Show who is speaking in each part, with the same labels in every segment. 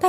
Speaker 1: 大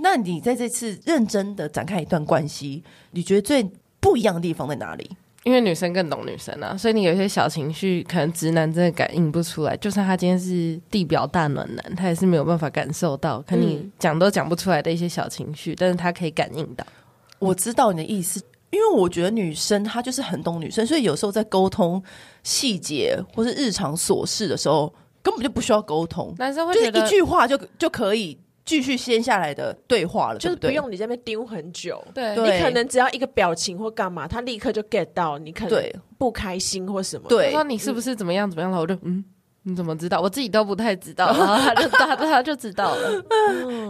Speaker 1: 那你在这次认真的展开一段关系，你觉得最不一样的地方在哪里？
Speaker 2: 因为女生更懂女生啊，所以你有一些小情绪，可能直男真的感应不出来。就算他今天是地表大暖男，他也是没有办法感受到，可你讲都讲不出来的一些小情绪，但是他可以感应到。
Speaker 1: 我知道你的意思，因为我觉得女生她就是很懂女生，所以有时候在沟通细节或是日常琐事的时候，根本就不需要沟通，
Speaker 2: 男生会
Speaker 1: 就是
Speaker 2: 觉得
Speaker 1: 一句话就就可以继续先下来的对话了，
Speaker 3: 就是
Speaker 1: 对
Speaker 3: 不
Speaker 1: 对
Speaker 3: 用你在那边丢很久。
Speaker 2: 对
Speaker 1: 对
Speaker 3: 你可能只要一个表情或干嘛，他立刻就 get 到你可能
Speaker 1: 对
Speaker 3: 不开心或什么。
Speaker 2: 他
Speaker 1: 对
Speaker 2: 说你是不是怎么样怎么样了？我就嗯，你怎么知道？我自己都不太知道，然后 他就他他就知道 了。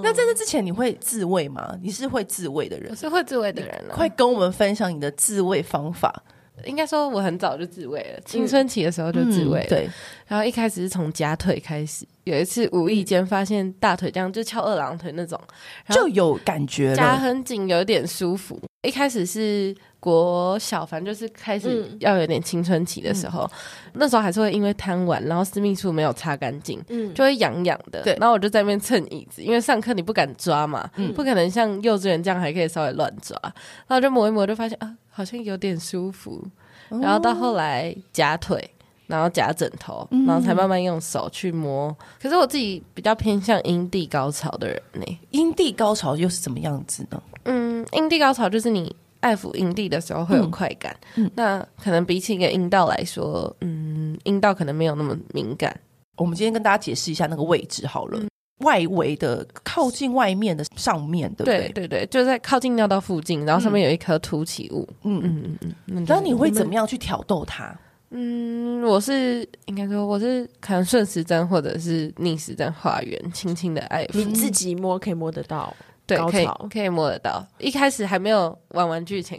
Speaker 1: 那在这之前，你会自慰吗？你是会自慰的人
Speaker 2: 我，是会自慰的人了，啊
Speaker 1: 快跟我们分享你的自慰方法。
Speaker 2: 应该说我很早就自慰了，青春期的时候就自慰了。
Speaker 1: 嗯对，
Speaker 2: 然后一开始是从夹腿开始，有一次无意间发现大腿这样就翘二郎腿那种，然后
Speaker 1: 就有感觉
Speaker 2: 夹
Speaker 1: 了。
Speaker 2: 很紧，有点舒服。一开始是国小，反正就是开始
Speaker 3: 嗯
Speaker 2: 要有点青春期的时候，
Speaker 1: 嗯
Speaker 2: 那时候还是会因为贪玩，然后私密处没有擦干净，
Speaker 3: 嗯，
Speaker 2: 就会痒痒的。
Speaker 1: 对
Speaker 2: 然后我就在那边蹭椅子，因为上课你不敢抓嘛，
Speaker 1: 嗯
Speaker 2: 不可能像幼稚园这样还可以稍微乱抓。然后就磨一磨，就发现啊，好像有点舒服。然后到
Speaker 1: 哦
Speaker 2: 后来夹腿。然后夹枕头，然后才慢慢用手去摸。可是我自己比较偏向阴蒂高潮的人呢、
Speaker 1: 阴蒂高潮又是怎么样子呢？
Speaker 2: 嗯，阴蒂高潮就是你爱抚阴蒂的时候会有快感。那可能比起一个阴道来说，嗯，阴道可能没有那么敏感。
Speaker 1: 我们今天跟大家解释一下那个位置好了，
Speaker 2: 嗯
Speaker 1: 外围的靠近外面的上面，对不对？
Speaker 2: 对对嗯对，就在靠近尿道附近，然后上面有一颗凸起物。
Speaker 1: 嗯嗯。
Speaker 2: 嗯嗯嗯，那就是
Speaker 1: 然后你会怎么？样去挑逗它？
Speaker 2: 嗯，我是应该说我是可能顺时针或者是逆时针画圆，轻轻的爱
Speaker 3: 你
Speaker 2: 抚，
Speaker 3: 自己摸可以摸得到。
Speaker 2: 对，
Speaker 3: 高
Speaker 2: 可以
Speaker 3: 潮
Speaker 2: 可以摸得到。一开始还没有玩玩 具前，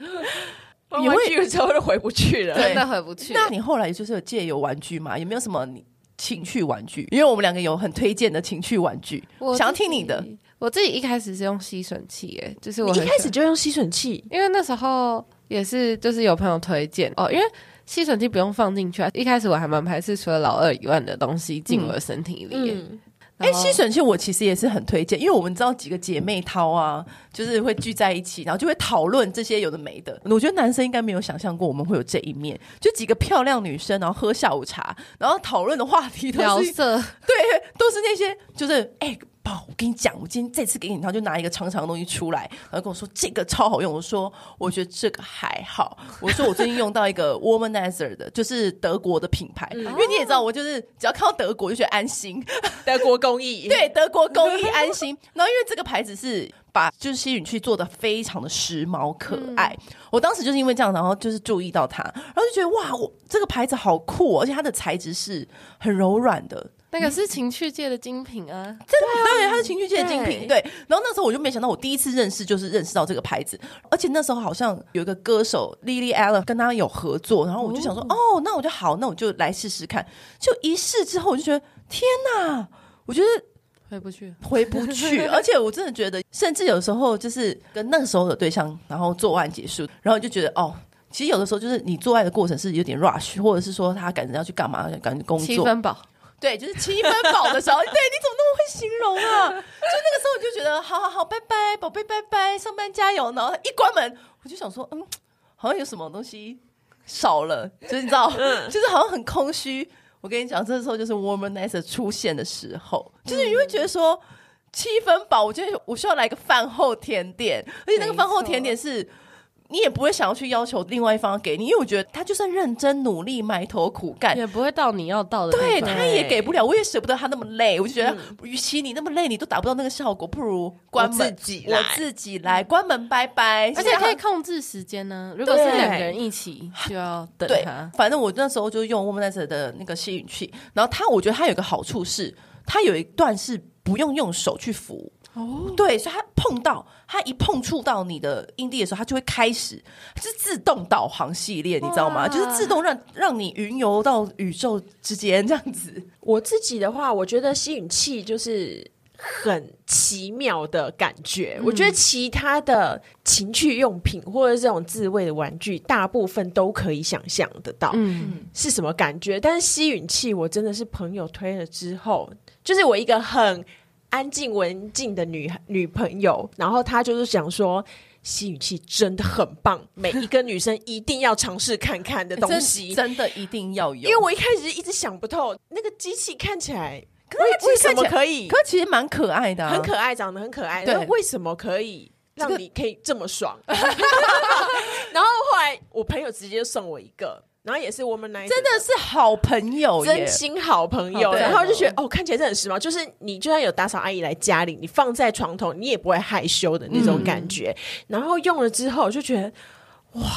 Speaker 1: 你会
Speaker 3: 玩具之后就回不去了。
Speaker 1: 对
Speaker 2: 真的回不去。
Speaker 1: 那你后来就是有借由玩具吗？有没有什么你情趣玩具？因为我们两个有很推荐的情趣玩具，
Speaker 2: 我
Speaker 1: 想要
Speaker 2: 自己
Speaker 1: 听你的。
Speaker 2: 我自己一开始是用吸吮器，哎，就是我
Speaker 3: 你
Speaker 2: 很
Speaker 3: 一开
Speaker 2: 喜
Speaker 3: 始就用吸吮器，
Speaker 2: 因为那时候也是就是有朋友推荐哦，因为吸尘器不用放进去啊。一开始我还蛮排斥除了老二以外的东西进我的身体里。
Speaker 3: 嗯，
Speaker 1: 哎、
Speaker 2: 哎、
Speaker 1: 吸吮器我其实也是很推荐，因为我们知道几个姐妹淘啊，就是会聚在一起，然后就会讨论这些有的没的。我觉得男生应该没有想象过我们会有这一面，就几个漂亮女生，然后喝下午茶，然后讨论的话题都
Speaker 2: 聊
Speaker 1: 是
Speaker 2: 色，
Speaker 1: 对，都是那些就是哎。宝，我跟你讲，我今天这次给你，然后就拿一个长长的东西出来，然后跟我说这个超好用。我说我觉得这个还好。我说我最近用到一个 Womanizer 的，就是德国的品牌，因为你也知道，我就是只要看到德国就觉得安心。
Speaker 3: 德国工艺，
Speaker 1: 对，德国工艺安心。然后因为这个牌子是把就是吸吮器做的非常的时髦可爱，我当时就是因为这样，然后就是注意到它，然后就觉得哇，我这个牌子好酷、哦，而且它的材质是很柔软的。
Speaker 2: 那个是情趣界的精品啊。
Speaker 1: 对，它是情趣界的精品。对，然后那时候我就没想到，我第一次认识就是认识到这个牌子，而且那时候好像有一个歌手 Lily Allen 跟他有合作，然后我就想说，哦那我就好，那我就来试试看。就一试之后，我就觉得天哪，我觉得
Speaker 2: 回不去，
Speaker 1: 回不去，而且我真的觉得，甚至有时候就是跟那个时候的对象，然后做完结束，然后就觉得哦。其实有的时候就是你做爱的过程是有点 rush，或者是说他赶着要去干嘛，赶着工
Speaker 2: 七
Speaker 1: 作，
Speaker 2: 分饱，
Speaker 1: 对，就是七分饱的时候，对，你怎么那么会形容啊？就那个时候我就觉得，好好好，拜拜，宝贝，拜拜，上班加油。然后一关门，我就想说，嗯，好像有什么东西少了，就是你知道，就是好像很空虚。我跟你讲，这时候就是 womanizer 出现的时候，就是你会觉得说。七分饱，我觉得我需要来个饭后甜点，而且那个饭后甜点是你也不会想要去要求另外一方给你，因为我觉得他就算认真努力、埋头苦干，
Speaker 2: 也不会到你要到的地
Speaker 1: 对，
Speaker 2: 方。
Speaker 1: 他也给不了，我也舍不得他那么累，我就觉得，与其你那么累，你都达不到那个效果，不如关门
Speaker 3: 我自己来
Speaker 1: 我自己来关门，拜拜。
Speaker 2: 而
Speaker 1: 现
Speaker 2: 且
Speaker 1: 在
Speaker 2: 可以控制时间呢、如果是两个人一起，就要等
Speaker 1: 对
Speaker 2: 他，。
Speaker 1: 反正我那时候就用 Womanizer 的那个吸引器，然后它我觉得它有一个好处是，它有一段是不用用手去扶。哦，对，所以它碰到它一碰触到你的阴蒂的时候，它就会开始是自动导航系列，你知道吗？
Speaker 2: 哇
Speaker 1: 就是自动让让你云游到宇宙之间这样子。
Speaker 3: 我自己的话，我觉得吸引器就是很奇妙的感觉。我觉得其他的情趣用品或者这种自慰的玩具，大部分都可以想象得到
Speaker 2: 嗯，
Speaker 3: 是什么感觉。但是吸引器，我真的是朋友推了之后，就是我一个很安静文静的女女朋友，然后她就是想说。吸引器真的很棒，每一个女生一定要尝试看看的东西。
Speaker 1: 哎真的一定要有，
Speaker 3: 因为我一开始一直想不透，那个机器看起来
Speaker 1: 可是它
Speaker 3: 为为
Speaker 1: 其实
Speaker 3: 什
Speaker 1: 看起
Speaker 3: 么
Speaker 1: 来
Speaker 3: 可以
Speaker 1: 可其实蛮可爱的、啊，
Speaker 3: 很可爱，长得很可爱，
Speaker 1: 对
Speaker 3: 那为什么可以
Speaker 1: 这
Speaker 3: 让
Speaker 1: 个
Speaker 3: 你可以这 么爽？ 然后后来我朋友直接送我一个，然后也是 womanizer，
Speaker 1: 真的是好朋友哦耶，
Speaker 3: 真心好朋友，
Speaker 1: 好朋友
Speaker 3: 然后就觉得哦，看起来真的很时髦。就是你就算有打扫阿姨来家里，你放在床头，你也不会害羞的那种感觉。
Speaker 1: 嗯
Speaker 3: 然后用了之后就觉得哇。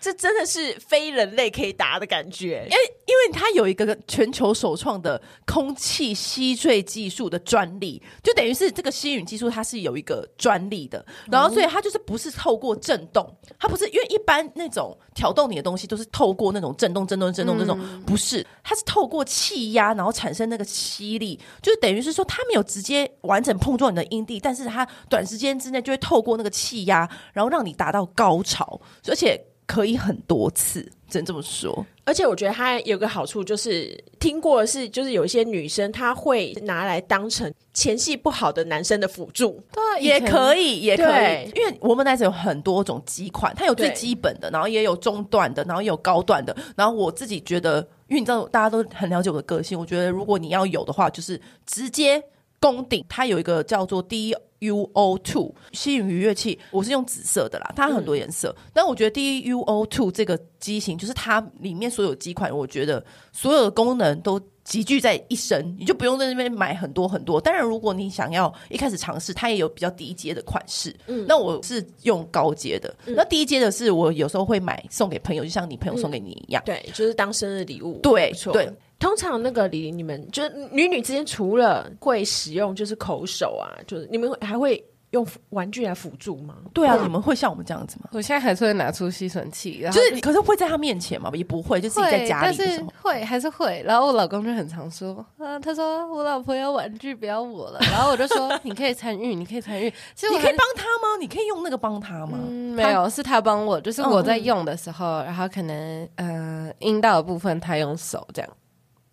Speaker 3: 这真的是非人类可以打的感觉
Speaker 1: 因，为因为它有一个全球首创的空气吸坠技术的专利，就等于是这个吸吮技术它是有一个专利的，然后所以它就是不是透过震动，它不是因为一般那种挑动你的东西都是透过那种震动、震动、震动这种，不是，它是透过气压然后产生那个吸力，就是等于是说它没有直接完整碰撞你的阴蒂，但是它短时间之内就会透过那个气压，然后让你达到高潮，而且可以很多次，只能这么说。
Speaker 3: 而且我觉得它有个好处就是，听过的是就是有一些女生她会拿来当成前戏不好的男生的辅助，
Speaker 2: 对啊，
Speaker 1: 也可
Speaker 2: 以
Speaker 1: 以，也可以
Speaker 3: 对，
Speaker 1: 因为 womanizer 有很多种几款，它有最
Speaker 3: 对
Speaker 1: 基本的，然后也有中段的，然后也有高段的。然后我自己觉得，因为你知道大家都很了解我的个性，我觉得如果你要有的话，就是直接攻顶。它有一个叫做 DUO two 吸引愉悦器，我是用紫色的啦，它很多颜色。但我觉得 DUO two 这个机型，就是它里面所有几款，我觉得所有的功能都集聚在一身，你就不用在那边买很多很多。当然，如果你想要一开始尝试，它也有比较低阶的款式。
Speaker 2: 嗯
Speaker 1: 那我是用高阶的，那低阶的是我有时候会买送给朋友，就像你朋
Speaker 2: 嗯
Speaker 1: 友送给你一样。
Speaker 3: 对，就是当生日礼物，
Speaker 1: 对
Speaker 3: 不错
Speaker 1: 对。
Speaker 3: 通常那个李，你们就是女女之间，除了会使用就是口手啊，就是你们还会用玩具来辅助吗？
Speaker 1: 对啊，你们会像我们这样子吗？
Speaker 2: 我现在还是会拿出吸尘器，然后
Speaker 1: 就是，可是会在他面前吗？也不会，就自己在
Speaker 2: 啊会
Speaker 1: 家
Speaker 2: 但
Speaker 1: 里的时
Speaker 2: 是
Speaker 1: 候。
Speaker 2: 会还是会。然后我老公就很常说，啊，他说我老婆要玩具，不要我了。然后我就说你可以参与，你可以参与。其实
Speaker 1: 你
Speaker 2: 我
Speaker 1: 可以
Speaker 2: 很
Speaker 1: 帮他吗？你可以用那个帮他吗？
Speaker 2: 嗯，没有，是他帮我，就是我在用的时候，然后可能呃阴道的部分他用手这样，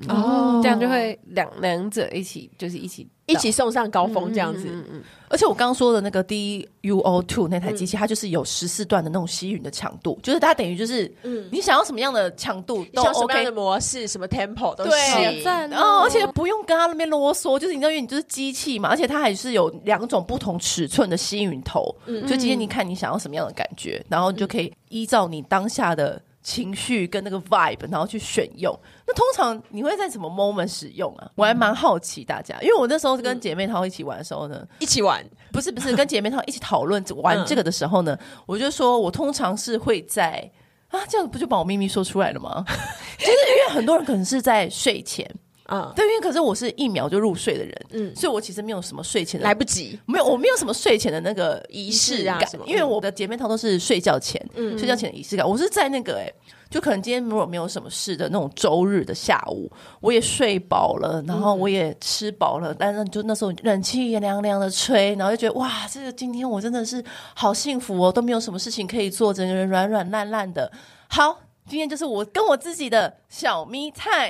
Speaker 3: 哦
Speaker 2: 这样就会两两者一起就是一起
Speaker 3: 一起送上高峰这样子。
Speaker 2: 嗯嗯
Speaker 1: 而且我刚刚说的那个 DUO two 那
Speaker 3: 嗯
Speaker 1: 台机器，它就是有十四段的那种吸吮的强度，就是它等于就是，你想要什么样的强度
Speaker 3: 嗯你
Speaker 1: 都
Speaker 3: 想什么样
Speaker 1: OK
Speaker 3: 的。模式，什么 tempo 都
Speaker 1: 对
Speaker 2: 好
Speaker 3: 行。
Speaker 2: 赞
Speaker 1: 然后
Speaker 2: 哦
Speaker 1: 而且不用跟他那边啰嗦，就是你知道，因为你就是机器嘛，而且它还是有两种不同尺寸的吸吮头，
Speaker 3: 嗯
Speaker 1: 就今天你看你想要什么样的感觉，然后你就可以依照你当下的情绪跟那个 vibe，然后去选用。那通常你会在什么 moment 使用啊？我还蛮好奇大家，因为我那时候
Speaker 3: 嗯
Speaker 1: 跟姐妹她一起玩的时候呢，
Speaker 3: 一起玩，
Speaker 1: 不是不是，跟姐妹她一起讨论玩这个的时候呢，我就说我通常是会在啊，这样不就把我秘密说出来了吗？就是因为很多人可能是在睡前，
Speaker 3: 嗯，
Speaker 1: 对，因为可是我是一秒就入睡的人，嗯，
Speaker 3: 嗯
Speaker 1: 所以我其实没有什么睡前的
Speaker 3: 来不及。
Speaker 1: 没有，我没有什么睡前的那个
Speaker 3: 仪式啊
Speaker 1: 感
Speaker 3: 什么嗯
Speaker 1: 因为我的姐妹淘都是睡觉前，睡觉前的仪式感。我是在那个哎、就可能今天如果没有什么事的那种周日的下午，我也睡饱了，然
Speaker 3: 嗯
Speaker 1: 后我也吃饱了，但是就那时候冷气也凉凉的吹，然后就觉得哇，这个今天我真的是好幸福哦，都没有什么事情可以做，整个人软软烂烂的。好。今天就是我跟我自己的小咪菜，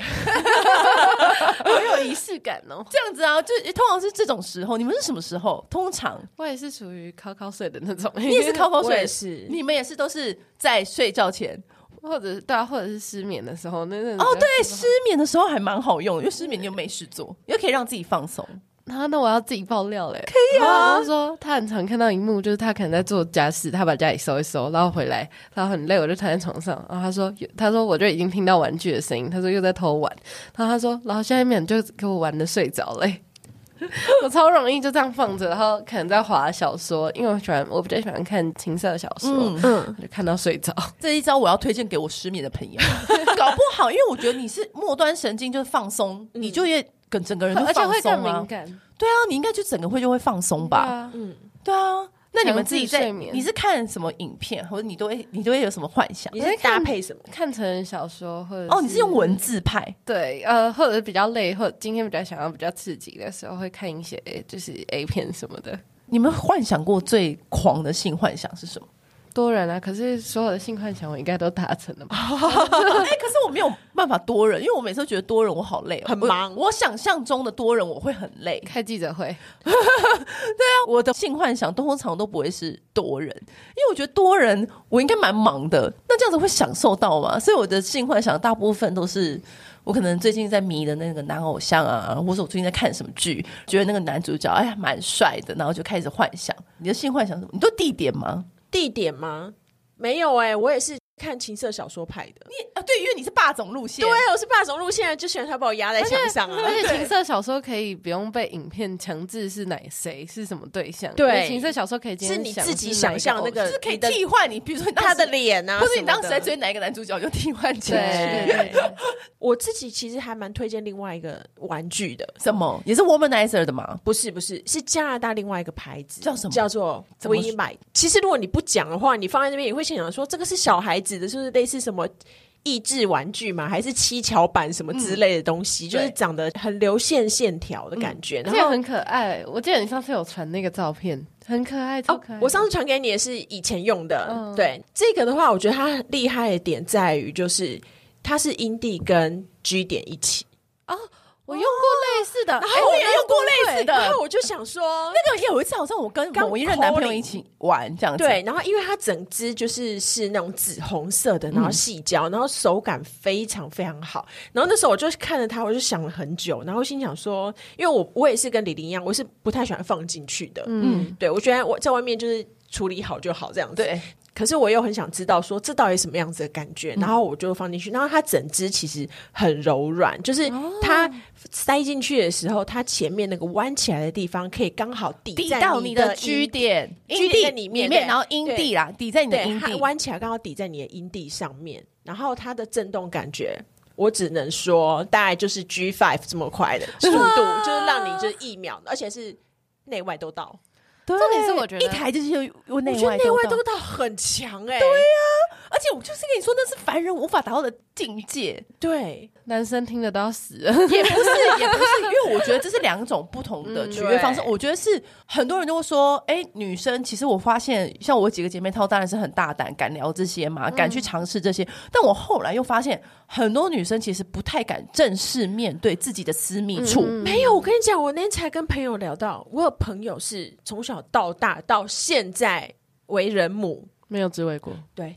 Speaker 2: 好有仪式感哦。
Speaker 1: 这样子啊，就通常是这种时候。你们是什么时候？通常
Speaker 2: 我也是属于靠靠睡的那种，
Speaker 1: 你也是靠口
Speaker 3: 我
Speaker 1: 水
Speaker 3: 也，是，
Speaker 1: 你们也是都是在睡觉前
Speaker 2: 或者对啊，或者是失眠的时候那阵子
Speaker 1: 哦
Speaker 2: 就，
Speaker 1: 对，失眠的时候还蛮好用，因为失眠你又没事做，又可以让自己放松。
Speaker 2: 然啊后那我要自己爆料嘞，可以啊。他说他很常看到一幕，就是他可能在做家事，他把家里收一收，然后回来，然后很累，我就躺在床上，然后他说，他说我就已经听到玩具的声音，他说又在偷玩，然后他说，然后下一秒就给我玩的睡着嘞、 我超容易就这样放着，然后可能在划小说，因为我喜欢，我比较喜欢看情色小说，
Speaker 1: 嗯
Speaker 3: 嗯，
Speaker 2: 我就看到睡着。
Speaker 1: 这一招我要推荐给我失眠的朋友， 搞不好因为我觉得你是末端神经就是放松，你就也跟整个人就
Speaker 2: 嗯 而且
Speaker 1: 放
Speaker 2: 会更
Speaker 1: 松
Speaker 2: 敏
Speaker 1: 啊。
Speaker 2: 感
Speaker 1: 对啊，你应该就整个会就会放松吧？
Speaker 2: 啊
Speaker 1: 对啊。那你们自己
Speaker 2: 强制
Speaker 1: 在
Speaker 2: 睡眠
Speaker 1: 你是看什么影片，或者你都会你都会有什么幻想
Speaker 3: 你？是搭配什么？
Speaker 2: 看成人小说或者
Speaker 1: 哦，你是用文字派
Speaker 2: 对，呃，或者是比较累，或者今天比较想要比较刺激的时候，会看一些就是 A 片什么的。
Speaker 1: 你们幻想过最狂的性幻想是什么？
Speaker 2: 多人啊，可是所有的性幻想我应该都达成了吧？
Speaker 1: 哎、可是我没有办法多人，因为我每次都觉得多人我好累、哦，
Speaker 3: 很忙
Speaker 1: 我。我想象中的多人我会很累，
Speaker 2: 开记者
Speaker 3: 啊
Speaker 2: 会，
Speaker 1: 我的性幻想通常都不会是多人，因为我觉得多人我应该蛮忙的，那这样子会享受到吗？所以我的性幻想大部分都是我可能最近在迷的那个男偶像啊，或者我最近在看什么剧，觉得那个男主角哎呀蛮帅的，然后就开始幻想。你的性幻想是什么？你都地点吗？
Speaker 3: 地点吗？没有哎、我也是看情色小说派的。
Speaker 1: 你啊，对，因为你是霸总路线
Speaker 3: 对，我是霸总路线的，就喜欢他把我压在墙上啊。
Speaker 2: 而且情色小说可以不用被影片强制是哪谁是什么对象，
Speaker 3: 对
Speaker 2: 因为情色小说可以今天
Speaker 3: 是你
Speaker 2: 想
Speaker 3: 自己
Speaker 2: 是哪一
Speaker 3: 想象
Speaker 2: 偶
Speaker 3: 那个
Speaker 2: 像
Speaker 1: 就是可以
Speaker 3: 你的
Speaker 1: 替换你，比如说你当时
Speaker 3: 他的，脸啊，
Speaker 1: 或者
Speaker 3: 什
Speaker 1: 你
Speaker 3: 么
Speaker 1: 当时在
Speaker 3: 的
Speaker 1: 追哪一个男主角，就替换进
Speaker 2: 对
Speaker 1: 去。
Speaker 2: 对对
Speaker 3: 我自己其实还蛮推荐另外一个玩具的，
Speaker 1: 什么也是 womanizer 的嘛？
Speaker 3: 不是不是，是加拿大另外一个牌子，
Speaker 1: 叫什么
Speaker 3: 叫做
Speaker 1: 怎么
Speaker 3: We
Speaker 1: 说
Speaker 3: My。其实如果你不讲的话，你放在那边，你会想想说，这个是小孩子的，是不是类似什么？益智玩具嘛，还是七巧板什么之类的东西，就
Speaker 1: 嗯
Speaker 3: 是
Speaker 1: 对嗯
Speaker 3: 长得很流线线条的感觉。
Speaker 2: 而
Speaker 3: 然
Speaker 2: 且
Speaker 3: 后哦
Speaker 2: 很可爱。我记得你上次有传那个照片，很可爱，超可爱。
Speaker 3: 哦我上次传给你也是以前用的，
Speaker 2: 嗯
Speaker 3: 对这个的话，我觉得它厉害的点在于，就是它是音地跟 G 点一起，
Speaker 2: 我用过类似的，
Speaker 1: 哎，我也用过类似
Speaker 3: 然
Speaker 1: 的
Speaker 3: 后。我就想说，
Speaker 1: 呃那个有一次好像我跟
Speaker 3: 刚
Speaker 1: 某一任男朋友一起玩这样子，
Speaker 3: 对，然后因为它整只就是是那种紫红色的，然后细胶，然后手感非常非常好。然后那时候我就看着它，我就想了很久，然后心想说，因为我我也是跟李玲一样，我是不太喜欢放进去的。
Speaker 2: 嗯，
Speaker 3: 对，我觉得我在外面就是处理好就好这样子。
Speaker 1: 对，
Speaker 3: 可是我又很想知道说这到底什么样子的感觉，然后我就放进去，然后它整只其实很柔软，就是它塞进去的时候，它前面那个弯起来的地方可以刚好抵
Speaker 1: 抵
Speaker 3: 在
Speaker 1: 到
Speaker 3: 你
Speaker 1: 你
Speaker 3: 的
Speaker 1: 的
Speaker 3: 居
Speaker 1: G 点
Speaker 3: 阴
Speaker 1: 阴
Speaker 3: 地
Speaker 1: 地
Speaker 3: 在里面对
Speaker 1: 然后阴地啦，抵在你的
Speaker 3: 对，
Speaker 1: 阴
Speaker 3: 它
Speaker 1: 地。
Speaker 3: 弯起来刚好抵在你的阴蒂上面，然后它的震动感觉。我只能说，大概就是 G five 这么 快的速度，就是让你就是一秒，而且是内外都到。
Speaker 1: 重
Speaker 2: 重点是我觉得
Speaker 1: 一台就是我内
Speaker 3: 我觉得
Speaker 1: 外
Speaker 3: 内外
Speaker 1: 都
Speaker 3: 都
Speaker 1: 到，
Speaker 3: 到很强哎、对
Speaker 1: 而且我就是跟你说，那是凡人无法达到的境界，
Speaker 3: 对，
Speaker 2: 男生听得到死，
Speaker 3: 嗯
Speaker 1: 也不是，也不是，因为我觉得这是两种不同的
Speaker 2: 嗯
Speaker 1: 取悦方式。
Speaker 3: 对
Speaker 1: 我觉得是很多人都会说，哎、女生其实我发现，像我几个姐妹她当然是很大胆，敢聊这些嘛，敢去尝试这些。但我后来又发现，很多女生其实不太敢正式面对自己的私密处。
Speaker 3: 没有，我跟你讲，我那天才跟朋友聊到，我有朋友是从小到大到现在为人母，
Speaker 2: 没有自慰过。
Speaker 3: 对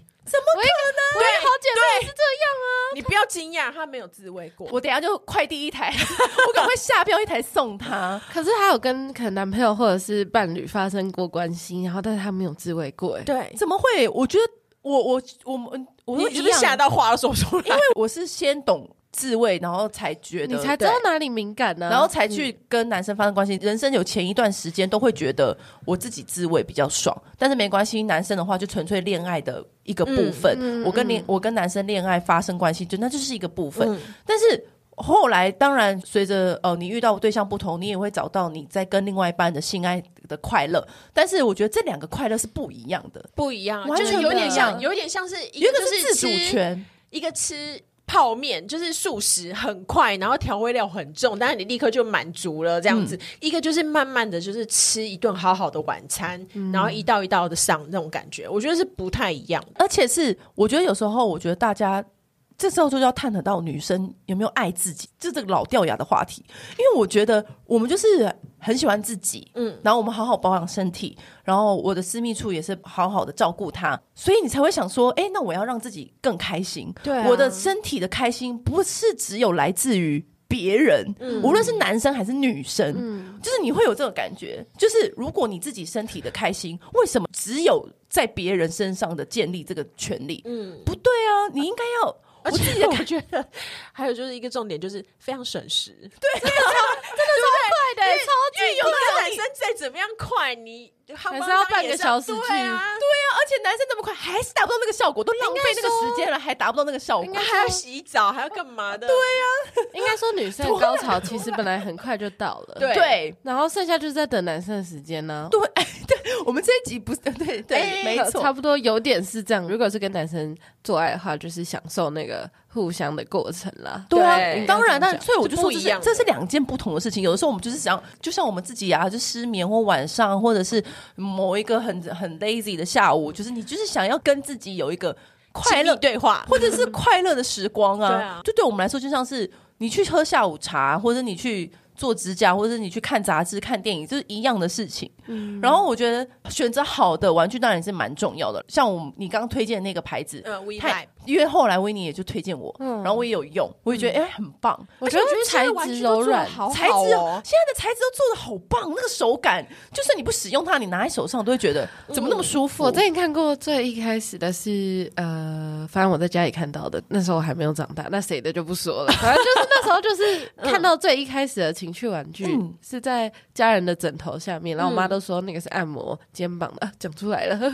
Speaker 2: 我也我也好姐妹也是这样啊。
Speaker 3: 你不要惊讶，他没有自慰过。
Speaker 1: 我等一下就快递一台， 我赶快下标一台送她。
Speaker 2: 可是还有跟可能男朋友或者是伴侣发生过关系，然后但是他没有自慰过、哎，
Speaker 3: 对，
Speaker 1: 怎么会？我觉得我我我们我都
Speaker 3: 你
Speaker 1: 一
Speaker 3: 是不是
Speaker 1: 样
Speaker 3: 吓？到话都说不出来？因为
Speaker 1: 我是先懂自慰，然后才觉得
Speaker 2: 你才知
Speaker 1: 对
Speaker 2: 道哪里敏感啊呢、
Speaker 1: 然后才去跟男生发生关系。人生有前一段时间都会觉得我自己自慰比较爽，但是没关系，男生的话就纯粹恋爱的一个部分。
Speaker 2: 嗯嗯
Speaker 1: 我跟恋、我跟男生恋爱发生关系，就那就是一个部
Speaker 3: 嗯
Speaker 1: 分。但是后来，当然随着呃你遇到对象不同，你也会找到你在跟另外一半的性爱的快乐。但是我觉得这两个快乐是不一样的，
Speaker 3: 不一样，
Speaker 1: 完
Speaker 3: 就
Speaker 1: 全
Speaker 3: 是有点
Speaker 1: 不一
Speaker 3: 像，
Speaker 1: 样
Speaker 3: 有点像是一
Speaker 1: 有一个
Speaker 3: 就是
Speaker 1: 自主
Speaker 3: 吃，
Speaker 1: 权。
Speaker 3: 一个吃泡面就是素食很快，然后调味料很重，但是你立刻就满足了这样子；一个就是慢慢的就是吃一顿好好的晚餐，然后一道一道的上那种感觉，我觉得是不太一样的。
Speaker 1: 而且是我觉得有时候，我觉得大家这时候就要探讨到女生有没有爱自己，就这个老掉牙的话题。因为我觉得我们就是很喜欢自己，嗯，然后我们好好保养身体，然后我的私密处也是好好的照顾它，所以你才会想说，哎，那我要让自己更开心。
Speaker 3: 对啊
Speaker 1: 我的身体的开心不是只有来自于。别人，无论是男生还是女生，就是你会有这种感觉，就是如果你自己身体的开心，为什么只有在别人身上的建立这个权利？嗯，不对啊，你应该要
Speaker 3: 而
Speaker 1: 我自己
Speaker 3: 且
Speaker 1: 的
Speaker 3: 我觉得还有就是一个重点，就是非常省时。
Speaker 1: 啊
Speaker 2: 对的，超
Speaker 3: 因为有的男生再怎么样快，你他
Speaker 2: 还是
Speaker 3: 妈
Speaker 2: 要
Speaker 3: 当
Speaker 2: 半
Speaker 3: 也
Speaker 2: 个
Speaker 3: 是
Speaker 2: 小时
Speaker 3: 对
Speaker 2: 去
Speaker 3: 啊，
Speaker 1: 而且男生那么快还是达不到那个效果，都浪费那个时间了，还达不到那个效果
Speaker 2: 应。该
Speaker 3: 还要洗澡，还要干嘛的？对呀、
Speaker 2: 应该说女生的高潮其实本来很快就到了，
Speaker 3: 对
Speaker 1: 对
Speaker 2: 然后剩下就是在等男生的时间呢、
Speaker 1: 对，对，我们这一集不是 对对，
Speaker 2: 哎
Speaker 1: 没错，
Speaker 2: 差不多有点是这样。如果是跟男生做爱的话，就是享受那个互相的过程啦。
Speaker 1: 对啊
Speaker 3: 对
Speaker 1: 当然，
Speaker 2: 这样
Speaker 1: 但
Speaker 2: 讲
Speaker 1: 所以我就说这
Speaker 3: 就不一
Speaker 1: 是
Speaker 3: 样的
Speaker 1: 这是两件不同的事情。有的时候我们就是想，就像我们自己啊，就失眠或晚上，或者是某一个很很 lazy 的下午，就是你就是想要跟自己有一个快乐
Speaker 3: 亲密对话，
Speaker 1: 或者是快乐的时光啊。
Speaker 3: 对啊
Speaker 1: 就对我们来说，就像是你去喝下午茶，或者你去做指甲，或者你去看杂志、看电影，就是一样的事情。然后我觉得选择好的玩具当然是蛮重要的。像我们你刚刚推荐的那个牌子，
Speaker 3: 嗯，We
Speaker 1: 太
Speaker 3: Vibe，
Speaker 1: 因为后来维尼也就推荐我，然后我也有用，我也觉得哎、很棒。
Speaker 2: 我觉得材质柔软，
Speaker 1: 材质哦，现在的材质都做的好棒，那个手感，就算你不使用它，你拿在手上都会觉得怎么那么舒服。
Speaker 2: 我之前看过最一开始的是呃，反正我在家里看到的，那时候我还没有长大，那谁的就不说了。反正就是那时候 就是看到最一开始的情趣玩具、
Speaker 1: 嗯
Speaker 2: 是在家人的枕头下面，然后我妈都说那个是按摩肩膀的，啊讲、出 来了。然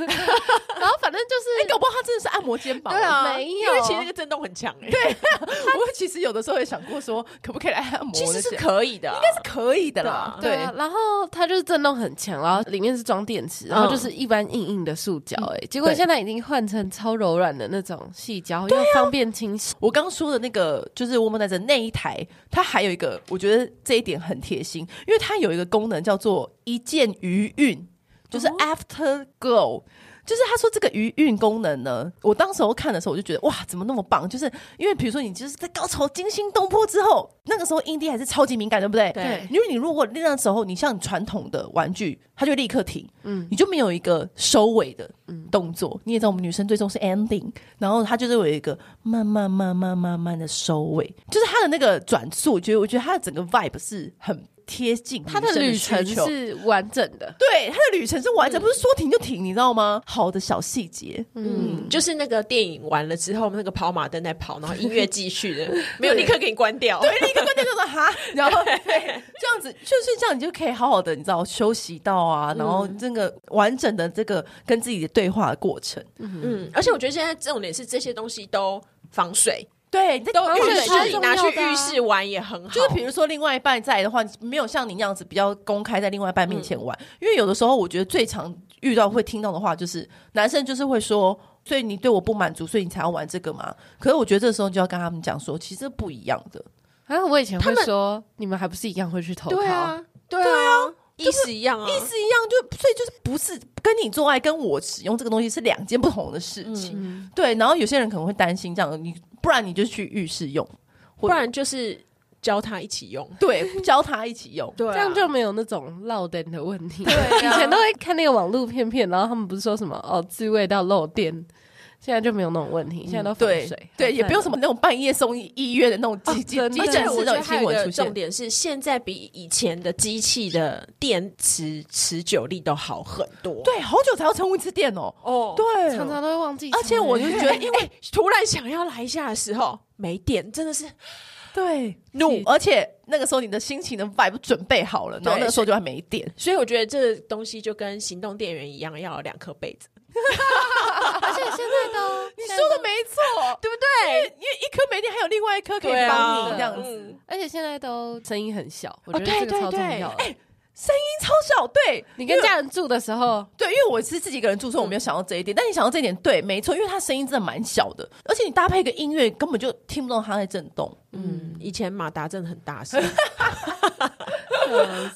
Speaker 2: 后反正就是
Speaker 1: 哎、搞不好它真的是按摩肩膀。
Speaker 3: 对啊，
Speaker 2: 没有
Speaker 3: 因为其实那个震动很强哎，对，
Speaker 1: 我其实有的时候也想过说，可不可以来按摩那
Speaker 3: 其
Speaker 1: 些？
Speaker 3: 实是可以的啊，应
Speaker 1: 是可以的啦。
Speaker 2: 对啊，然后它就是震动很强，然后里面是装电池，然后就是一般硬硬的塑胶、欸，哎、结果
Speaker 1: 对
Speaker 2: 现在已经换成超柔软的那种细胶，要方便清洗。
Speaker 1: 我刚说的那个就是 Womanizer 那一台，它还有一个，我觉得这一点很贴心，因为它有一个功能叫做一键余韵，就是 After Go。就是他说这个余韵功能呢，我当时候看的时候我就觉得哇，怎么那么棒？就是因为比如说你就是在高潮惊心动魄之后，那个时候阴蒂还是超级敏感，对不对？
Speaker 3: 对
Speaker 1: 因为你如果那时候你像传统的玩具，它就立刻停，嗯，你就没有一个收尾的
Speaker 2: 嗯
Speaker 1: 动作。你也知道我们女生最重视 ending，然后它就是有一个慢慢慢慢慢慢的收尾，就是它的那个转速，我觉得我觉得它的整个 vibe 是很贴近
Speaker 2: 它的
Speaker 1: 女生
Speaker 2: 旅
Speaker 1: 需
Speaker 2: 程
Speaker 1: 求
Speaker 2: 是完整的，
Speaker 1: 对它的旅程是完整，不是说停就停，你知道吗？好的小细节，
Speaker 3: 嗯，就是那个电影完了之后，那个跑马灯在跑，然后音乐继续的，没有立刻给你关掉。对，
Speaker 1: 对，立刻关键就是哈，然后 对这样子就是这样，你就可以好好的，你知道休息到啊，然后这个完整的这个跟自己的对话的过程，
Speaker 3: 嗯，而且我觉得现在重点是这些东西都防水，
Speaker 1: 对，你在
Speaker 3: 都
Speaker 2: 防
Speaker 3: 浴
Speaker 2: 水超
Speaker 3: 室
Speaker 2: 重
Speaker 3: 拿
Speaker 2: 要
Speaker 3: 去
Speaker 2: 的啊
Speaker 3: 浴室玩也很好。
Speaker 1: 就是比如说，另外一半在的话，你没有像你那样子比较公开在另外一半面前玩，因为有的时候我觉得最常遇到会听到的话就是，男生就是会说，所以你对我不满足，所以你才要玩这个嘛。可是我觉得这时候就要跟他们讲说，其实不一样的。
Speaker 2: 啊，我以前会
Speaker 3: 他们
Speaker 2: 说，你们还不是一样会去投
Speaker 3: 对
Speaker 2: 票？
Speaker 3: 啊，对啊，意思一样啊，
Speaker 1: 意思一样，就所以就是不是跟你做爱跟我使用这个东西是两件不同的事
Speaker 3: 嗯
Speaker 1: 情，对。然后有些人可能会担心这样，你不然你就去浴室用，
Speaker 3: 不
Speaker 1: 或者
Speaker 3: 然就是教他一起用。
Speaker 1: 对教他一起用，
Speaker 3: 对啊，
Speaker 2: 这样就没有那种漏电的问题。
Speaker 3: 对啊
Speaker 2: 以前都会看那个网络片片，然后他们不是说什么哦，自慰到漏电，现在就没有那种问题，现在都防
Speaker 1: 对
Speaker 2: 水，
Speaker 1: 嗯对，也不用什么那种半夜送医医院的那种急急
Speaker 2: 哦真
Speaker 1: 急
Speaker 2: 的
Speaker 3: 啊而
Speaker 1: 诊
Speaker 3: 且
Speaker 1: 室
Speaker 3: 我
Speaker 1: 那
Speaker 3: 觉
Speaker 1: 种
Speaker 3: 得
Speaker 1: 新
Speaker 3: 还有一
Speaker 1: 闻出
Speaker 3: 个重
Speaker 1: 现。
Speaker 3: 点是，现在比以前的机器的电池持久力都好很多。
Speaker 1: 对，好久才要充一次电哦。
Speaker 3: 哦，
Speaker 1: 对，
Speaker 2: 常常都会忘记。
Speaker 1: 而且我就觉得， 因为
Speaker 3: 哎突然想要来一下的时候没电，真的是
Speaker 1: 对
Speaker 3: 怒。
Speaker 1: 而且那个时候你的心情的 vibe 准备好了，然后
Speaker 3: 对
Speaker 1: 那个时候就还没电。
Speaker 3: 所以我觉得这东西就跟行动电源一样，要有两颗被子。
Speaker 2: 而且现在都
Speaker 1: 你说的没错，对不对？因为一颗没电，还有另外一颗可以
Speaker 3: 对啊
Speaker 1: 帮你这样子，声
Speaker 3: 嗯
Speaker 1: 音
Speaker 2: 而且现在都声音很小，我
Speaker 1: 哦
Speaker 2: 觉得这个
Speaker 1: 对
Speaker 2: 超
Speaker 1: 对对
Speaker 2: 重
Speaker 1: 哎
Speaker 2: 要的。
Speaker 1: 超小。对
Speaker 2: 你跟家人住的时候，
Speaker 1: 对，因为我是自己一个人住，所以我
Speaker 2: 嗯
Speaker 1: 没有想到这一点。但你想到这一点，对，没错，因为它声音真的蛮小的，而且你搭配一个音乐，根本就听不懂它在震动。
Speaker 3: 嗯，以前马达真的很大声，
Speaker 2: 呃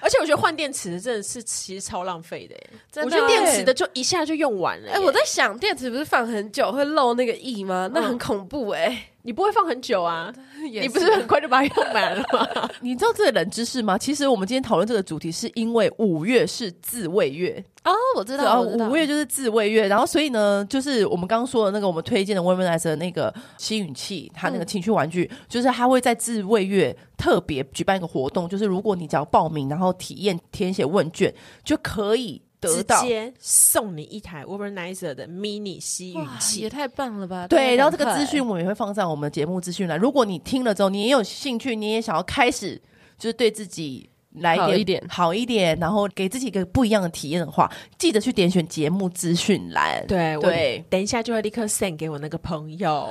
Speaker 3: 而且我觉得换电池真的是其实超浪费的耶。
Speaker 2: 真的
Speaker 3: 我觉得电池的就一下就用完了耶。
Speaker 2: 哎，我在想，电池不是放很久会漏那个液吗？
Speaker 1: 嗯
Speaker 2: 那很恐怖 哎。
Speaker 3: 你不会放很久啊？
Speaker 2: 你
Speaker 3: 你不是很快就把它用满了吗？
Speaker 1: 你知道这个冷知识吗？其实我们今天讨论这个主题，是因为五月是自慰月，
Speaker 2: 哦，我知
Speaker 1: 然
Speaker 2: 道，
Speaker 1: 后
Speaker 2: 我知道
Speaker 1: 五月就是自慰月，然后所以呢，就是我们刚刚说的那个我们推荐的 Womanizer 的那个吸引器，它
Speaker 2: 嗯
Speaker 1: 那个情趣玩具，就是它会在自慰月特别举办一个活动，就是如果你只要报名，然后体验填写问卷，就可以得
Speaker 3: 直
Speaker 1: 到。
Speaker 3: 接送你一台 Womanizer 的 Mini 吸
Speaker 2: 哇
Speaker 3: 吮器
Speaker 2: 也。太棒了吧！
Speaker 1: 对，然后这
Speaker 2: 大
Speaker 1: 个
Speaker 2: 家赶快
Speaker 1: 资讯我们也会放在我们的节目资讯栏。如果你听了之后，你也有兴趣，你也想要开始，就是对自己来
Speaker 2: 好
Speaker 1: 点
Speaker 2: 一点
Speaker 1: 好一点，然后给自己一个不一样的体验的话，记得去点选节目资讯栏。
Speaker 3: 对，我哎
Speaker 1: 对，
Speaker 3: 等一下就会立刻 send 给我那个朋友。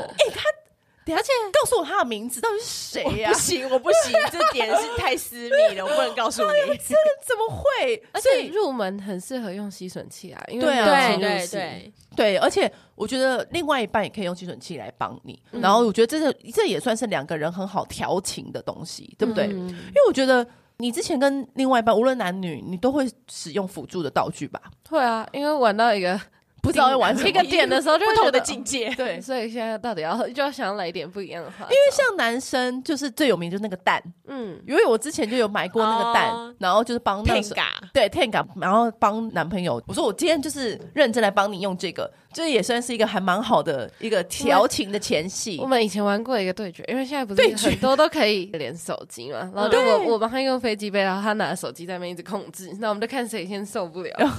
Speaker 1: 而且告诉我他的名字到底是谁啊呀、
Speaker 3: 不行，我不行，这点是太私密了，我不能告诉你。
Speaker 1: 真的怎么会？
Speaker 2: 而
Speaker 1: 所
Speaker 2: 且
Speaker 1: 以
Speaker 2: 入门很适合用吸吮器啊，因为
Speaker 1: 对啊
Speaker 2: 没 有
Speaker 3: 对
Speaker 2: 侵入
Speaker 3: 对
Speaker 2: 式，
Speaker 3: 对，
Speaker 1: 对，而且我觉得另外一半也可以用吸吮器来帮你，然后我觉得这是这也算是两个人很好调情的东西，对不对？
Speaker 2: 嗯
Speaker 1: 因为我觉得你之前跟另外一半，无论男女，你都会使用辅助的道具吧？
Speaker 2: 会啊，因为玩到一个
Speaker 1: 不知道要玩什么
Speaker 2: 一个点的时候，就
Speaker 3: 不
Speaker 2: 会
Speaker 3: 同
Speaker 2: 觉
Speaker 3: 的
Speaker 2: 得
Speaker 3: 境界。
Speaker 1: 对，
Speaker 2: 所以现在到底要就要想来一点不一样的话，因
Speaker 1: 因为像男生就是最有名就是那个蛋，
Speaker 2: 嗯，
Speaker 1: 因为我之前就有买过那个蛋，
Speaker 3: 哦
Speaker 1: 然后就是帮那时候
Speaker 3: Tenga
Speaker 1: 对 Tenga，然后帮男朋友，我说我今天就是认真来帮你用这个，这也算是一个还蛮好的一个调情的前戏
Speaker 2: 我。们以前玩过一个对决，因为现在不
Speaker 1: 对
Speaker 2: 是
Speaker 1: 决
Speaker 2: 很多都可以连手机嘛，然后如
Speaker 1: 对
Speaker 2: 果我帮他用飞机杯，然后他拿手机在那边一直控制，那我们就看谁先受不了。
Speaker 1: 哦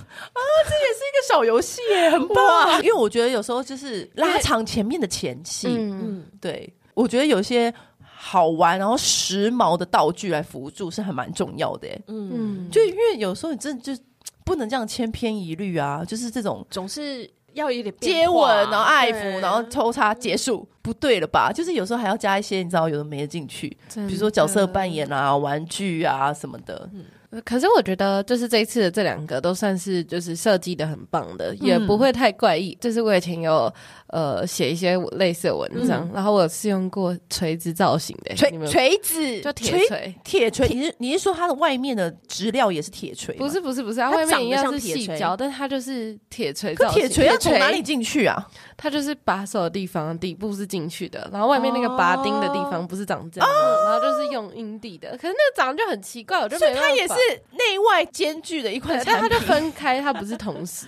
Speaker 1: 这个小游戏也很棒，因为我觉得有时候就是拉长前面的前戏，
Speaker 2: 嗯，
Speaker 3: 嗯，
Speaker 1: 对我觉得有一些好玩然后时髦的道具来辅助是很蛮重要的耶。
Speaker 2: 嗯
Speaker 1: 就因为有时候你真的就不能这样千篇一律啊，就是这种
Speaker 3: 总是要有点
Speaker 1: 接
Speaker 3: 变
Speaker 1: 吻
Speaker 3: 化，啊
Speaker 1: 然后爱
Speaker 3: 对
Speaker 1: 抚，然后抽插结束，不对了吧？就是有时候还要加一些你知道有的没的进去，比如说角色扮演
Speaker 2: 嗯
Speaker 1: 啊、玩具啊什么的。
Speaker 2: 演。可是我觉得，就是这一次的这两个都算是就是设计的很棒的，也
Speaker 1: 嗯
Speaker 2: 不会太怪异。就是我以前有呃写一些类似的
Speaker 1: 嗯
Speaker 2: 文章，然后我是用过锤子造型的，
Speaker 1: 锤
Speaker 2: 你们
Speaker 1: 锤子
Speaker 2: 就铁
Speaker 1: 锤
Speaker 2: 锤。
Speaker 1: 铁锤，你是你是说它的外面的质料也是铁锤？
Speaker 2: 不，是不是不是，它
Speaker 3: 它
Speaker 2: 外
Speaker 3: 长
Speaker 2: 面
Speaker 3: 得
Speaker 2: 一样
Speaker 3: 像
Speaker 2: 是
Speaker 3: 铁
Speaker 2: 细
Speaker 3: 锤
Speaker 2: 胶，但它就是铁锤
Speaker 1: 可
Speaker 2: 造型。
Speaker 1: 铁锤要从哪里进去啊？
Speaker 2: 它就是把手的地方底部是进去的，然后外面那个拔钉的地
Speaker 1: 哦
Speaker 2: 方不是长这样，然后就是用阴蒂的。可是那个长得就很奇怪，我就
Speaker 1: 所
Speaker 2: 没
Speaker 1: 以
Speaker 2: 办法
Speaker 1: 它也是内外兼具的一款
Speaker 2: 对，
Speaker 1: 产
Speaker 2: 但它
Speaker 1: 品。啊
Speaker 2: 就分开，它不是同时，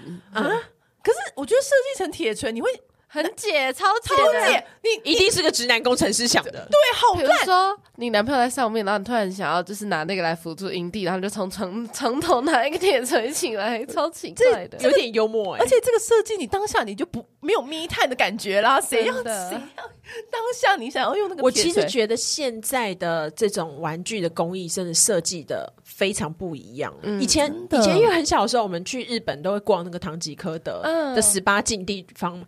Speaker 1: 可是我觉得设计成铁锤，你会
Speaker 2: 很解，超
Speaker 1: 超
Speaker 2: 解的。
Speaker 1: 解，你
Speaker 3: 一定是个直男工程师想的。
Speaker 1: 对好
Speaker 2: 比如
Speaker 1: 烂。
Speaker 2: 说，你男朋友在上面，然后你突然想要就是拿那个来辅助阴蒂，然后你就从床床头拿一个铁锤起来，超奇怪的。
Speaker 3: 有点幽默哎、
Speaker 1: 而且这个设计，你当下你就不没有密探的感觉啦。谁要
Speaker 2: 真的
Speaker 1: 谁要当下你想要用那个
Speaker 3: 我
Speaker 1: 铁
Speaker 3: 其
Speaker 1: 锤？
Speaker 3: 实觉得现在的这种玩具的工艺真的设计的非常不一样。以前
Speaker 1: 真的
Speaker 3: 以前因为很小的时候，我们去日本都会逛那个唐吉诃德
Speaker 2: 嗯
Speaker 3: 的十八禁地方。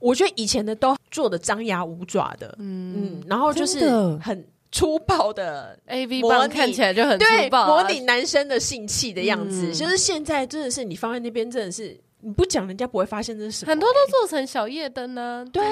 Speaker 3: 我觉得以前的都做的张牙舞爪的，嗯然后就是
Speaker 1: 真的
Speaker 3: 很粗暴的
Speaker 2: A V
Speaker 3: 模拟
Speaker 2: 棒看起来就很粗
Speaker 3: 对，
Speaker 2: 暴、啊，
Speaker 3: 模拟男生的性器的样子，就是现在真的是你放在那边，真的是你不讲，人家不会发现这是什么、
Speaker 2: 很多都做成小夜灯啊呢、对，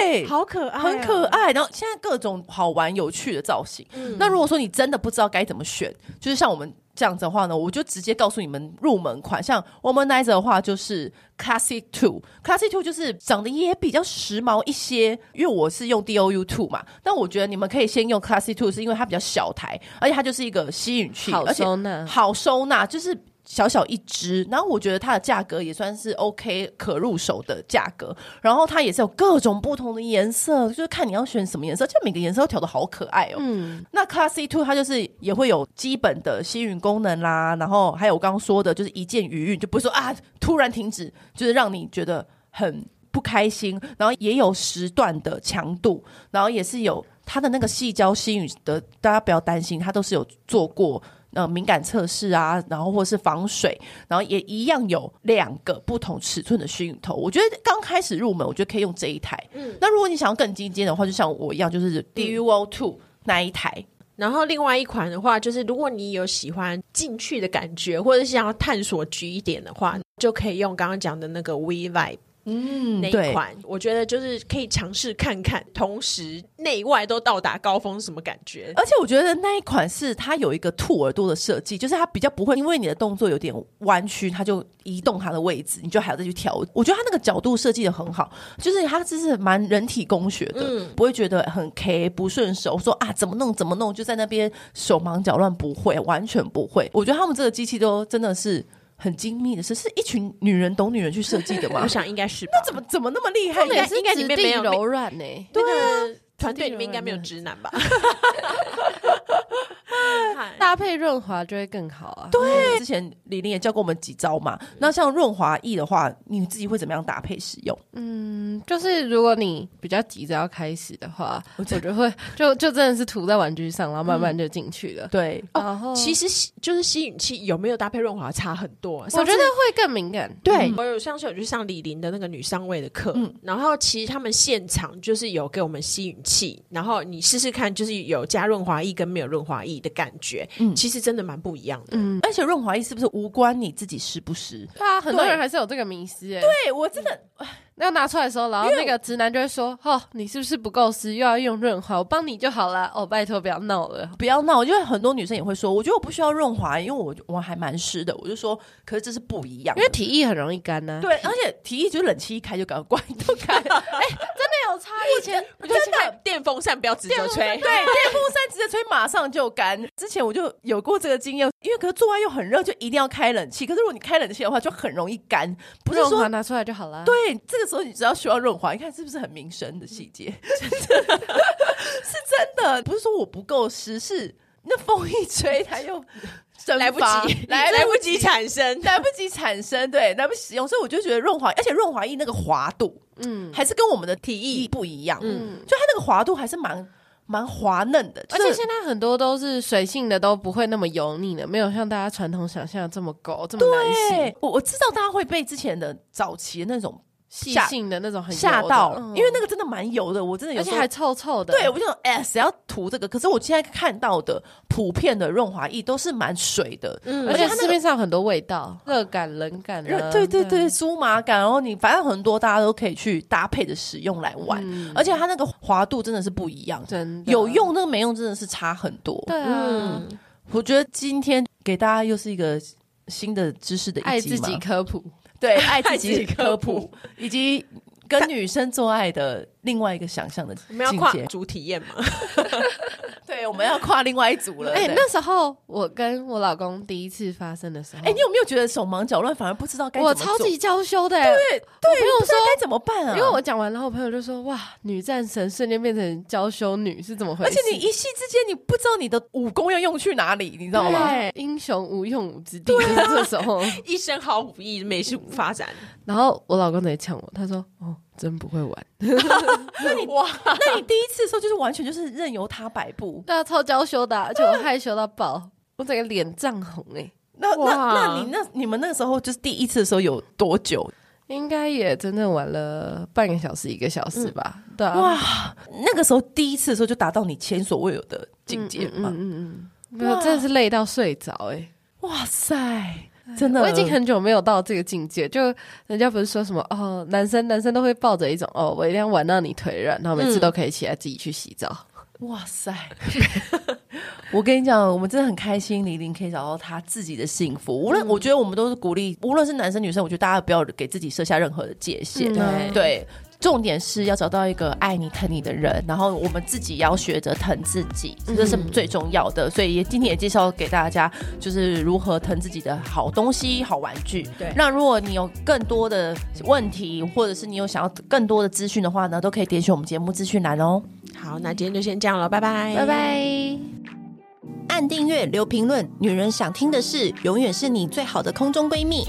Speaker 1: 对，
Speaker 3: 好可爱、哦啊
Speaker 1: 很可。爱。啊然后现在各种好玩有趣的造型。那如果说你真的不知道该怎么选，就是像我们这样子的话呢，我就直接告诉你们入门款。像 Womanizer 的话，就是 Classic Two，Classic Two 就是长得也比较时髦一些，因为我是用 DOU Two 嘛。但我觉得你们可以先用 Classic Two，是因为它比较小台，而且它就是一个吸引器，
Speaker 2: 好
Speaker 1: 而且
Speaker 2: 收纳
Speaker 1: 好收纳，就是。小小一只，然后我觉得它的价格也算是 OK 可入手的价格，然后它也是有各种不同的颜色，就是看你要选什么颜色，就每个颜色都调的好可爱哦。
Speaker 2: 嗯，
Speaker 1: 那 Classy Two 它就是也会有基本的吸吮功能啦，然后还有我刚刚说的，就是一键余韵，就不会说啊突然停止，就是让你觉得很不开心。然后也有时段的强度，然后也是有它的那个细胶吸吮的，大家不要担心，它都是有做过。呃，敏感测试啊，然后或是防水，然后也一样有两个不同尺寸的吸吮头。我觉得刚开始入门，我觉得可以用这一台。嗯，那如果你想要更精尖的话，就像我一样，就是 DUO Two 那一台。
Speaker 3: 然后另外一款的话，就是如果你有喜欢进去的感觉，或者是想要探索局一点的话，就可以用刚刚讲的那个 V Vibe
Speaker 1: 嗯
Speaker 3: 那一款。我觉得就是可以尝试看看，同时内外都到达高峰是什么感觉。
Speaker 1: 而且我觉得那一款是它有一个兔耳朵的设计，就是它比较不会因为你的动作有点弯曲，它就移动它的位置，你就还要再去调。我觉得它那个角度设计的很好，就是它这是蛮人体工学的，
Speaker 3: 嗯
Speaker 1: 不会觉得很 K 不顺手，说啊怎么弄怎么弄就在那边手忙脚乱，不会，完全不会。我觉得他们这个机器都真的是很精密的事，是一群女人懂女人去设计的吗
Speaker 3: 我？想应该是吧。
Speaker 1: 怎么怎么那么厉害？
Speaker 2: 他们也
Speaker 1: 应该
Speaker 2: 是
Speaker 3: 应该里
Speaker 2: 质
Speaker 3: 面没
Speaker 2: 地
Speaker 3: 有
Speaker 2: 柔软呢、
Speaker 3: 对团队里面应该没有直男吧？嗨
Speaker 1: 啊
Speaker 2: 搭配润滑就会更好啊。
Speaker 1: 对，之前李玲也教过我们几招嘛。那像润滑液的话，你自己会怎么样搭配使用？
Speaker 2: 嗯，就是如果你比较急着要开始的话，
Speaker 1: 我
Speaker 2: 我
Speaker 1: 觉
Speaker 2: 觉得会就就真的是涂在玩具上，然后慢慢就进去了。
Speaker 1: 对，
Speaker 2: 然后
Speaker 3: 嗯哦其实吸就是吸引器有没有搭配润滑差很多。啊
Speaker 2: 我
Speaker 3: 上
Speaker 2: 觉
Speaker 3: 次
Speaker 2: 得会更敏感。
Speaker 3: 对，
Speaker 1: 嗯
Speaker 3: 我有上次有去上李玲的那个女上位的课，然后其实他们现场就是有给我们吸引器，然后你试试看，就是有加润滑液跟没有润滑液的感觉，其实真的蛮不一样
Speaker 2: 嗯
Speaker 3: 的。
Speaker 1: 而且润滑液是不是无关你自己湿不湿？
Speaker 2: 对啊，很多
Speaker 1: 对
Speaker 2: 人还是有这个迷失哎、
Speaker 1: 对我真的
Speaker 2: 那拿出来的时候，然后那个直男就会说：“哦，你是不是不够湿，又要用润滑？我帮你就好啦。哦，拜托不要闹了。
Speaker 1: 不要闹，因为很多女生也会说，我觉得我不需要润滑，因为我我还蛮湿的。我就说，可是这是不一样的，
Speaker 2: 因为体液很容易干呐、
Speaker 1: 对，而且提议就是冷气一开就赶快关都 开，
Speaker 2: 没有差以前
Speaker 3: 真的，电风扇不要直着吹
Speaker 1: 对，，电风扇直接吹马上就干。之前我就有过这个经验，因为可是做爱又很热，就一定要开冷气。可是如果你开冷气的话，就很容易干，不是
Speaker 2: 润滑
Speaker 1: 说。
Speaker 2: 拿出来就好啦。
Speaker 1: 对，这个时候你只要需要润滑，你看是不是很民生的细节？是真的， 不是说我不够湿，是那风一吹它又蒸
Speaker 3: 来不
Speaker 1: 发
Speaker 3: 及，
Speaker 1: 来
Speaker 3: 来
Speaker 1: 不
Speaker 3: 不及产生。
Speaker 1: 来不及产生，对，来不及使用，所以我就觉得润滑，而且润滑液那个滑度，嗯，还是跟我们的体液不一样，嗯，就它那个滑度还是蛮蛮滑嫩的，
Speaker 2: 而
Speaker 1: 就
Speaker 2: 且
Speaker 1: 是
Speaker 2: 现在很多都是水性的，都不会那么油腻的，没有像大家传统想象的这么狗这么难
Speaker 1: 对，我我知道大家会被之前的早期的那种
Speaker 2: 洗，细
Speaker 1: 吓
Speaker 2: 性的那种很油的
Speaker 1: 吓到，
Speaker 2: 嗯
Speaker 1: 因为那个真的蛮油的，我真的有
Speaker 2: 而
Speaker 1: 时
Speaker 2: 且
Speaker 1: 候
Speaker 2: 还臭臭的。
Speaker 1: 对，我就想，哎、谁要涂这个？可是我现在看到的普遍的润滑液都是蛮水的，
Speaker 3: 嗯
Speaker 2: 而且
Speaker 1: 它那
Speaker 2: 市面上有很多味道，热感、冷感
Speaker 1: 热
Speaker 2: 啊，
Speaker 1: 对对对，，酥麻感，然后你反正很多大家都可以去搭配的使用来玩，而且它那个滑度嗯真的是不一样，
Speaker 2: 嗯真的
Speaker 1: 有。用那个没用真的是差很多。
Speaker 2: 对啊，
Speaker 3: 嗯，
Speaker 1: 我觉得今天给大家又是一个新的知识的
Speaker 2: 爱
Speaker 1: 一集
Speaker 2: 自己
Speaker 1: 嘛
Speaker 2: 科普，
Speaker 1: 对 爱自
Speaker 3: 爱
Speaker 1: 己
Speaker 3: 自己
Speaker 1: 科
Speaker 3: 科
Speaker 1: 普
Speaker 3: 普，
Speaker 1: 以及跟女生做爱的另外一个想象的
Speaker 3: 我
Speaker 1: 境
Speaker 3: 们要跨
Speaker 1: 界。
Speaker 3: 足体验嘛？
Speaker 1: 对，我们要跨另外一 组了。
Speaker 2: 哎、
Speaker 1: 对
Speaker 2: 那时候我跟我老公第一次发生的时候，
Speaker 1: 哎，你有没有觉得手忙脚乱，反而不知道该怎
Speaker 2: 我
Speaker 1: 么做？
Speaker 2: 超级娇羞的、
Speaker 1: 对对，
Speaker 2: 我朋友
Speaker 1: 不知道
Speaker 2: 说
Speaker 1: 该怎么办啊？
Speaker 2: 因为我讲完，然后我朋友就说：“哇，女战神瞬间变成娇羞女是怎么回
Speaker 1: 而
Speaker 2: 事？”
Speaker 1: 且你一夕之间，你不知道你的武功要用去哪里，你知道吗？
Speaker 2: 对啊英雄无用武之地，就是这时候。
Speaker 3: 一身好武艺，美术发展。
Speaker 2: 然后我老公在呛我，他说：“哦，真不会玩。
Speaker 3: 哇，
Speaker 1: 那你第一次的时候，就是完全就是任由他摆”布。
Speaker 2: 对啊，超娇羞的啊、而且我害羞到爆，我整个脸涨红哎、
Speaker 1: 那那
Speaker 3: 哇
Speaker 1: 那你那你们那个时候就是第一次的时候有多久？
Speaker 2: 应该也真正玩了半个小时、一个小时吧。对啊，
Speaker 1: 哇，那个时候第一次的时候就达到你前所未有的境界
Speaker 2: 嗯
Speaker 1: 嘛！
Speaker 2: 嗯嗯，没有，真的是累到睡着哎、
Speaker 1: 哇塞，真的，
Speaker 2: 我已经很久没有到这个境界，就人家不是说什么哦，男生男生都会抱着一种哦，我一定要玩到你腿软，然后每次都可以起来自己去洗澡。
Speaker 1: 哇塞！ 我跟你讲，我们真的很开心，李玲可以找到她自己的幸福。无论、我觉得我们都是鼓励，无论是男生女生，我觉得大家不要给自己设下任何的界限。
Speaker 2: 嗯
Speaker 1: 对，重点是要找到一个爱你疼你的人，然后我们自己也要学着疼自己，这是最重要的。所以也今天也介绍给大家，就是如何疼自己的好东西、好玩具。
Speaker 3: 对
Speaker 1: 那如果你有更多的问题，或者是你有想要更多的资讯的话呢，都可以点选我们节目资讯栏哦。
Speaker 3: 好，那今天就先这样了，拜拜，
Speaker 2: 拜拜。
Speaker 1: 按订阅，留评论，女人想听的事，永远是你最好的空中闺蜜。